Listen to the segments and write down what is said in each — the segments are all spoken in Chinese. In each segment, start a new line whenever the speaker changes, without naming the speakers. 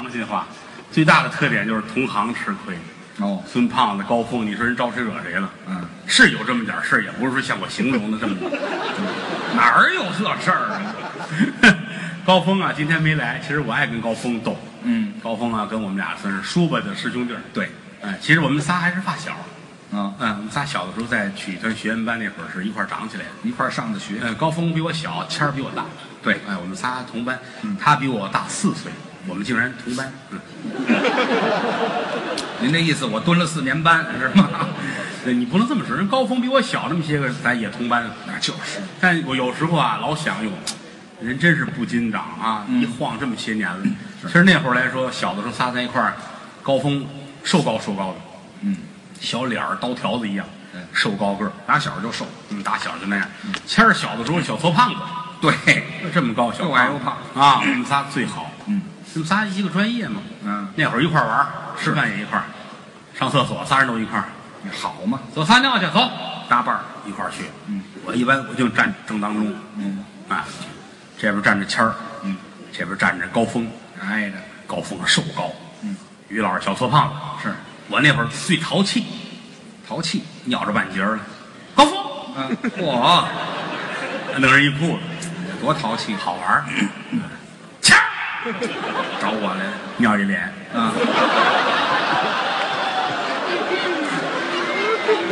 良心话，最大的特点就是同行吃亏。
哦，
孙胖子、高峰，你说人招谁惹谁了？
嗯，
是有这么点事儿，也不是说像我形容的这么， 哪儿有这事儿啊？ 高峰啊，今天没来，其实我爱跟高峰斗。
嗯，
高峰啊，跟我们俩算是叔伯的师兄弟儿。
对，
哎，其实我们仨还是发小。
啊，
嗯，我们仨小的时候在曲艺团学院班那会儿是一块儿长起来的。
一块儿上的学，
呃，高峰比我小，谦儿比我大。
对
哎，我们仨同班，
嗯
他比我大四岁，我们竟然同班。嗯，
您这意思我蹲了四年班是吗？
对你不能这么说，人高峰比我小那么些个，咱也同班。
那就是，
但我有时候啊，老想哟，人真是不禁长啊，
嗯
一晃这么些年了。其实那会儿来说，小的时候仨在一块儿，高峰瘦高瘦高的，
嗯，
小脸儿刀条子一样
对，
瘦高个儿，
打小就瘦，
嗯，打小就那样。谦儿小的时候小矬胖子，
对，
这么高小
又矮
子
又胖
啊，我们仨最好。
嗯
我们仨一个专业嘛，
嗯，
那会儿一块儿玩儿，吃饭也一块儿，上厕所仨人都一块儿，
你好嘛，
走撒尿去，走
搭伴儿，
一块儿去。
嗯，
我一般我就站正当中，
嗯，
啊，这边站着谦儿，
嗯，
这边站着高峰，
挨着，
高峰瘦高，
嗯，
于老师小矬胖子，
是
我那会儿最淘气，
淘气，
尿着半截儿了，高峰，
啊，嚯，
弄人一裤子，
多淘气，好玩儿，
谦儿
找我来了，
尿一脸，
啊。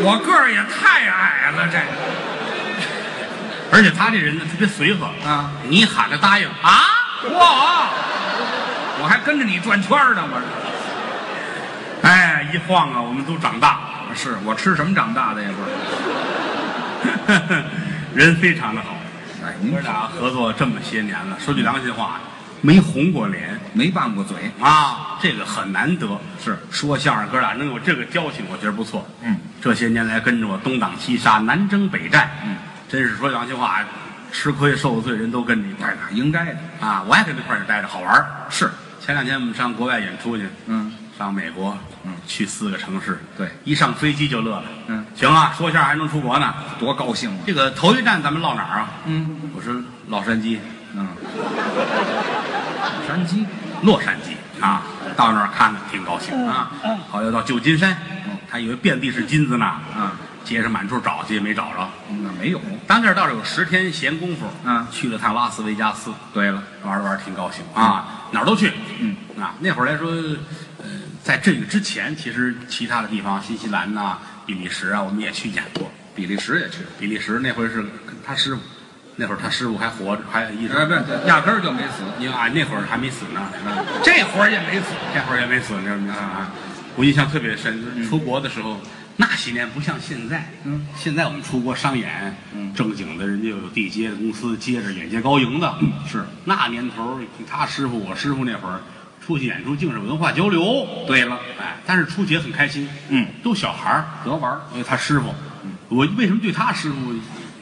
我个儿也太矮了，这
而且他这人呢特别随和，
啊，
你一喊他答应啊。
哇，我还跟着你转圈儿呢，我是。
哎，一晃啊，我们都长大，
是我吃什么长大的呀？不是，
人非常的好。
哎，
哥
您
俩合作这么些年了，说句良心话，没红过脸
没拌过嘴，
啊，这个很难得。
是
说相声哥俩能有这个交情，我觉得不错。
嗯，
这些年来跟着我东挡西杀，南征北战，
嗯，
真是说良心话，吃亏受罪人都跟着一块
哎
儿
那应该的，
啊，我也跟这块儿待着好玩儿。
是，
前两天我们上国外演出去，
嗯，
上美国，
嗯
去四个城市，
对
一上飞机就乐了，
嗯，
行啊，说相声还能出国呢。
多高兴啊！
这个头一站咱们落哪儿啊？
嗯
我说洛杉矶，
嗯，山鸡，
洛杉矶啊，到那儿看看挺高兴啊。好，又到旧金山
嗯，
他以为遍地是金子呢，
嗯，
街上满处找去也没找着。
那没有。
当地儿倒是有十天闲工夫，
嗯
去了趟拉斯维加斯，
对了，
玩儿玩儿挺高兴啊，哪儿都去。
嗯，
啊，那会儿来说，呃，在这个之前，其实其他的地方，新西兰呐、比利时啊，我们也去演过。
比利时也去了，
比利时那回是跟他师傅，那会儿他师傅还活着，还一直。
哎，不，压根儿就没死。
因为啊，那会儿还没死呢，
这会儿也没死，
这会儿也没死，那会儿没死啊。我印象特别深，就是出国的时候，那些年不像现在，
嗯，
现在我们出国商演，
嗯
正经的人家有地接的公司接着眼界高营的，
是
那年头儿他师傅我师傅那会儿出去演出竟是文化交流，
对了，
哎，但是出去也很开心，
哦嗯，
都小孩儿，
得玩儿。
我有他师傅，我为什么对他师傅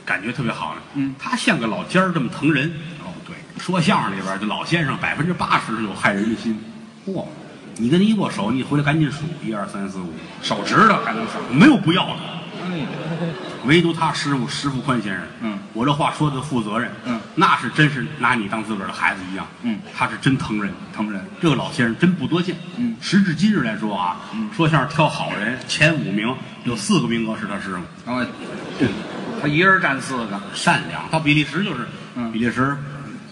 感觉特别好呢？
嗯
他像个老尖儿这么疼人。
哦，对，
说相声里边儿，这老先生百分之八十有害人的心。
嚯，
你跟他一握手，你回来赶紧数一二三四五，
手指头还能少？
没有不要的，
哎，
唯独他师傅石富宽先生。
嗯，
我这话说的负责任。
嗯，
那是真是拿你当自个儿的孩子一样。
嗯，
他是真疼人，
疼人
这个老先生真不多见。
嗯
时至今日来说啊，说相声挑好人前五名有四个名额是他师傅。
哦，对，他一人占四个，
善良。到比利时就是，
嗯
比利时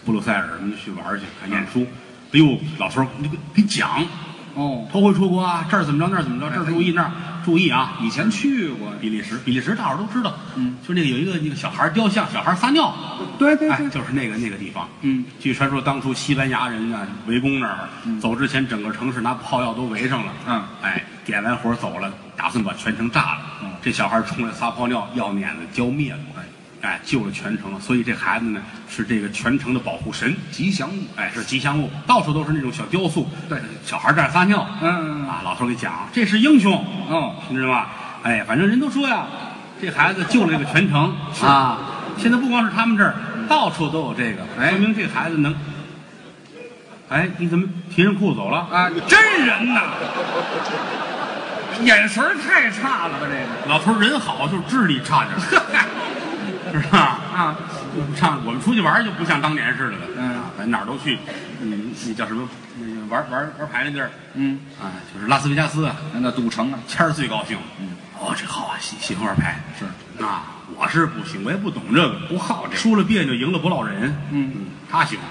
布鲁塞尔我们去玩儿去看演出。哎呦，老头儿，你给给讲，
哦，
头回出国啊，这儿怎么着，那儿怎么着，这儿注意那儿注意啊。
以前去过，
比利时，比利时大伙儿都知道，
嗯，
就那个有一个那个小孩儿雕像，小孩儿撒尿，
对对
哎，就是那个那个地方。
嗯，
据传说当初西班牙人呢围攻那儿，走之前整个城市拿炮药都围上了。
嗯，
哎，点完火走了，打算把全城炸了。
嗯
这小孩冲来撒泡尿，药碾子浇灭了。
哎
哎，救了全城，所以这孩子呢是这个全城的保护神。
吉祥物，
哎，是吉祥物，到处都是那种小雕塑。
对
小孩儿这儿撒尿，
嗯
啊，老头儿给讲，这是英雄，
哦，
你知道吗？哎，反正人都说呀，这孩子救了这个全城啊。现在不光是他们这儿，到处都有这个，
哎
说明这孩子能。哎，你怎么提人裤子走了？
啊，真人呐，眼神儿太差了吧？这
老头儿人好，就是智力差点儿，
个，嗨
是吧？
啊，
上我们出去玩儿就不像当年似的了，
嗯
啊，咱哪儿都去，你你叫什么？那个玩玩玩牌那地儿
嗯，
啊，就是拉斯维加斯啊，
那那赌城啊，
谦儿最高兴。
嗯
哦，这好啊，喜喜欢玩牌
是
啊，我是不行，我也不懂这个，
不好这个
输了别扭，赢了不落人。
嗯，
他喜欢，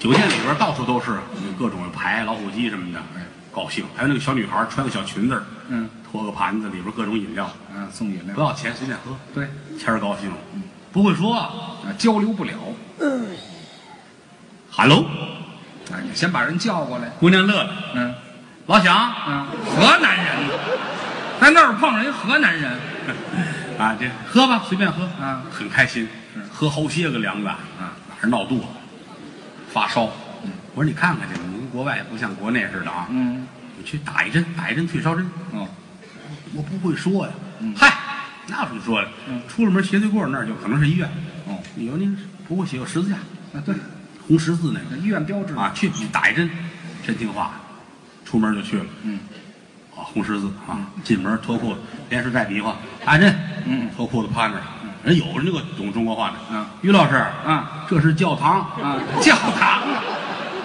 酒店里边到处都是嗯各种牌、老虎机什么的，高兴。还有那个小女孩穿个小裙子，
哎嗯，
托个盘子，里边各种饮料，
啊，送饮
不
料，
要钱随便喝。
对，
谦儿高兴，嗯不会说啊
啊，交流不了，
，Hello，
啊，你先把人叫过来，
姑娘乐了，
嗯
老蒋。
嗯，河南人，在那儿碰上一河南人，
啊，这喝吧，随便喝，
啊
很开心，喝齁些个凉的，啊，哪儿闹肚子，发烧，我说你看看去，你们国外不像国内似的啊，
嗯，
你去打一针，打一针退烧针，
哦，
我不会说呀，
嗯
嗨，那有什么说的？出了门斜对过那儿就可能是医院，
哦，
你有那不会写个十字架，
啊，对，
红十字那
那
个
医院标志，
啊，去你打一针，真听话，出门就去了，
嗯，
啊，红十字啊，进门脱裤子，连说带比划，打针，
嗯
脱裤子趴那儿，人有那个懂中国话的，
嗯，
于老师，
啊，
这是教堂，
啊
教堂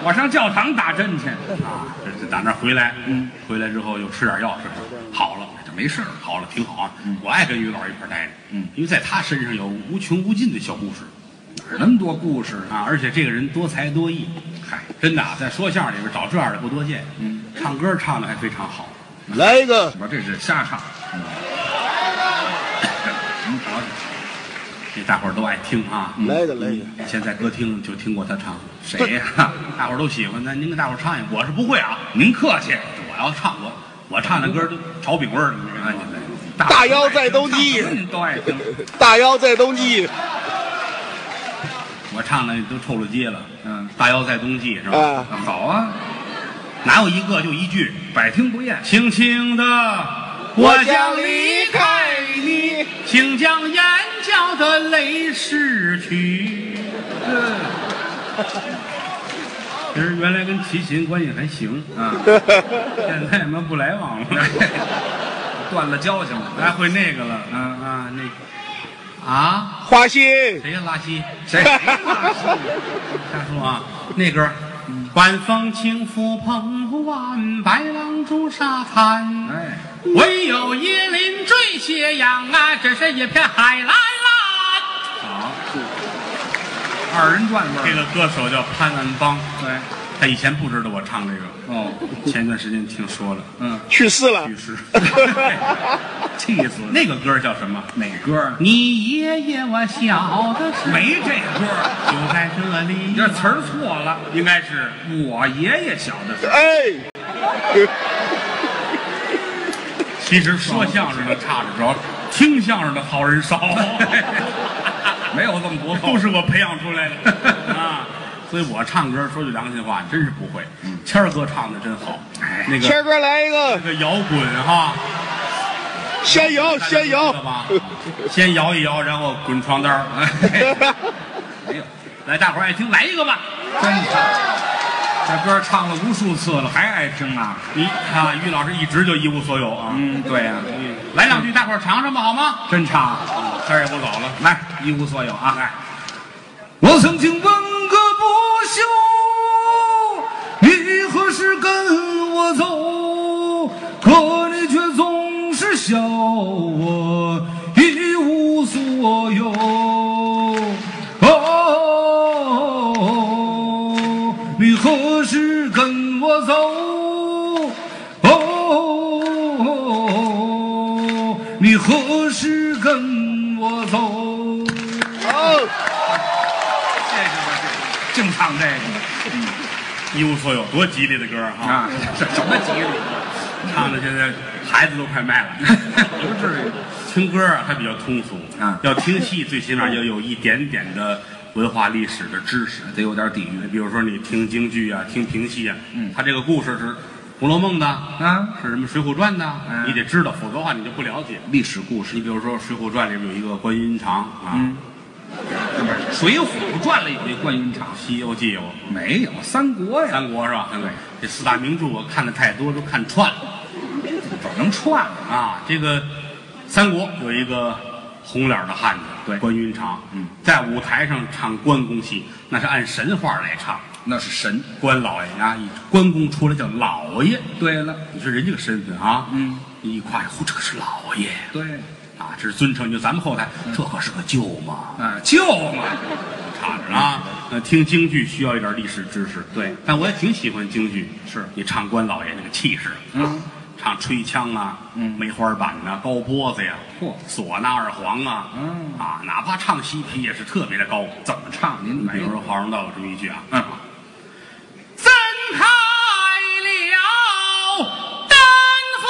我上教堂打针去，
啊，这这打那儿回来，
嗯，
回来之后又吃点药吃，好了，这没事儿，好了，挺好啊，我爱跟于老师一块儿待着，
嗯，
因为在他身上有无穷无尽的小故事
哪儿那么多故事啊？
啊，而且这个人多才多艺，
嗨，
真的啊，在说相声里边找这样的不多见，
嗯，
唱歌唱的还非常好，
来一个，
我这是瞎唱，嗯，您瞧瞧，
这大伙儿都爱听啊，嗯。
来一个，来一个，
现在歌厅就听过他唱，
谁呀、
大伙儿都喜欢他。您给大伙儿唱一个，我是不会啊，您客气。我要唱我我唱的歌都炒饼味儿，你看哎你们
大腰在兜
什
鸡
么，您都爱 听，
大腰在兜鸡，
我唱的都臭了街了。
嗯，
大腰在冬季是吧？
啊，
好啊，
哪有一个就一句，
百听不厌。
轻轻的，
我将离开
你，请将眼角的泪拭去。嗯其实原来跟齐秦关系还行，
啊，
现在他妈不来往了。
断了交情了。
来会那个了，
嗯
啊，那啊，
花心，
谁呀？拉稀，
谁？
瞎说啊，那歌儿，晚风轻拂澎湖湾，白浪逐沙滩，
哎，
唯有椰林缀斜阳啊，这是一片海蓝蓝。
好，二人转味
这
儿。
个歌手叫潘安邦，
对，
他以前不知道我唱这个，
哦，
前段时间听说了，
嗯，
去世了
律，师，
气死了。
那个歌儿叫什么？
哪歌？
你爷爷我小的时候
没这歌，
就在这里，
你这词儿错了。
应该是。
我爷爷小的时候，
哎，
其实说相声的差着着，听相声的好人 少，
没有这么 多
都
厚。
是我培养出来的 啊。所以我唱歌说句良心话，真是不会。谦儿哥唱的真好，那个
谦哥来一个
那，个摇滚哈，
先摇，
大家
哦先
知
摇
道，吧，先摇一摇，然后滚床单儿。哎
没有，
来，大伙儿爱听，来一个吧。
真唱。这歌唱了无数次了，还爱听啊？
你啊，于老师一直就一无所有啊。
嗯，对呀、
来两句，大伙儿尝尝吧，好吗？
真唱。
谦儿也不走了，
来，一无所有啊！来，我曾经问个不休，你何时跟我走？可你却总是笑我一无所有。哦，你何时跟我走？哦，你何时跟我走？
好，
谢谢吧，谢谢。净唱这个
一无所有，多吉利的歌儿哈！
啊，这什么吉利？
唱的现在孩子都快卖了。
不至于。
听歌啊还比较通俗
啊
要听戏最起码要有一点点的文化历史的知识。
得有点底蕴
比如说你听京剧啊，听评戏啊，嗯，他这个故事是《红楼梦》的，
啊！
是什么《水浒传》的，
嗯
你得知道，否则的话你就不了解。
历史故事，
你比如说《水浒传》里面有一个观音堂啊，
嗯《水浒传》里有一观音场，
西游》记有，
没有三国呀，
三国是吧？三国这四大名著我看的太多，都看串了
怎么能串了？
啊。这个三国有一个红脸的汉子，
对
关云长，
嗯，
在舞台上唱关公戏，那是按神话来唱。那是神关老爷啊，一关公出来叫老爷，
对了，
你说人家个身份啊，
嗯，
一夸呼，这可是老爷呀
对，
啊，这是尊称。你说咱们后台，
嗯
这可是个舅嘛，
啊，舅嘛，
差着啊。那听京剧需要一点历史知识，
对，
但我也挺喜欢京剧，
是
你唱关老爷那个气势，
嗯，
唱吹腔啊，
嗯
梅花板呐、高脖子呀、
嚯
唢呐二黄啊，
嗯
啊，哪怕唱西皮也是特别的高。怎么唱？
您怎么
比如
说
说《华容道》有这么一句啊，
嗯，
怎开了丹凤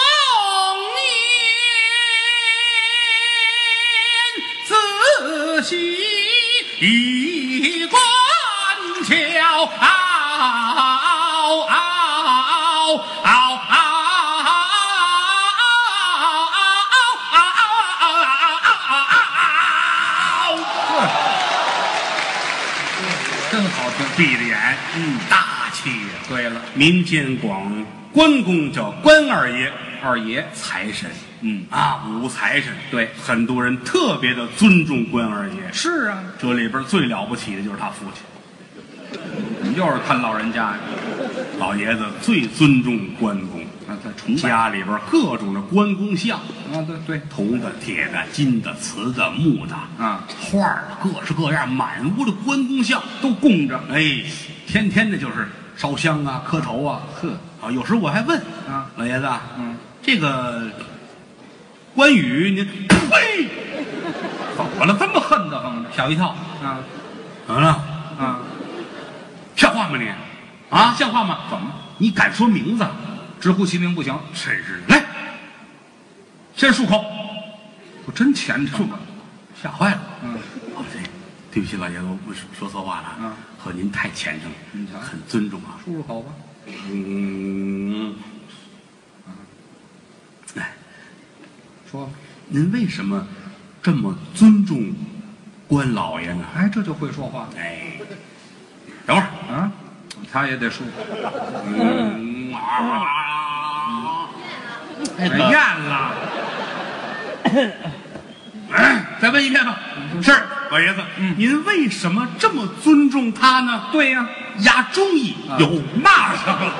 眼，仔细观瞧。
真好听。
闭着眼，
嗯，
大气呀、
对了，
民间广关公叫关二爷，
二爷，
财神，
嗯
啊，武财神，
对
很多人特别的尊重关二爷。
是啊，
这里边最了不起的就是他父亲，
又是看老人家呀，
老爷子最尊重关公，
啊，他崇拜
家里边各种的关公像，
啊，对对，
铜的、铁的、金的、瓷的、木的，
啊，
画儿的各式各样，满屋的关公像，
都供着，
哎，天天的就是烧香啊、磕头啊，
呵，
啊，有时候我还问
啊
老爷子啊，
嗯，
这个关羽您，哎呸，
怎么了？这么恨得慌呢？
吓我一跳，
啊
怎么了？
啊，
像话吗你？啊，像话吗？
怎么？
你敢说名字？
直呼其名不行，
真是的来，先漱口，
我真虔诚啊。
吓坏了。
嗯，
哦，对，对不起，老爷子，我我说说错话了啊。
嗯
和您太虔诚
您瞧
了，很尊重啊。
漱漱口吧。
嗯，哎，
说吧，
您为什么这么尊重关老爷呢？
哎，这就会说话
哎，等会儿，
啊。他也得漱，
嗯啊，
哎，咽了，
哎，再问一遍吧。是老爷子，
嗯
您为什么这么尊重他呢？
对呀，
压中医
啊
有骂上了，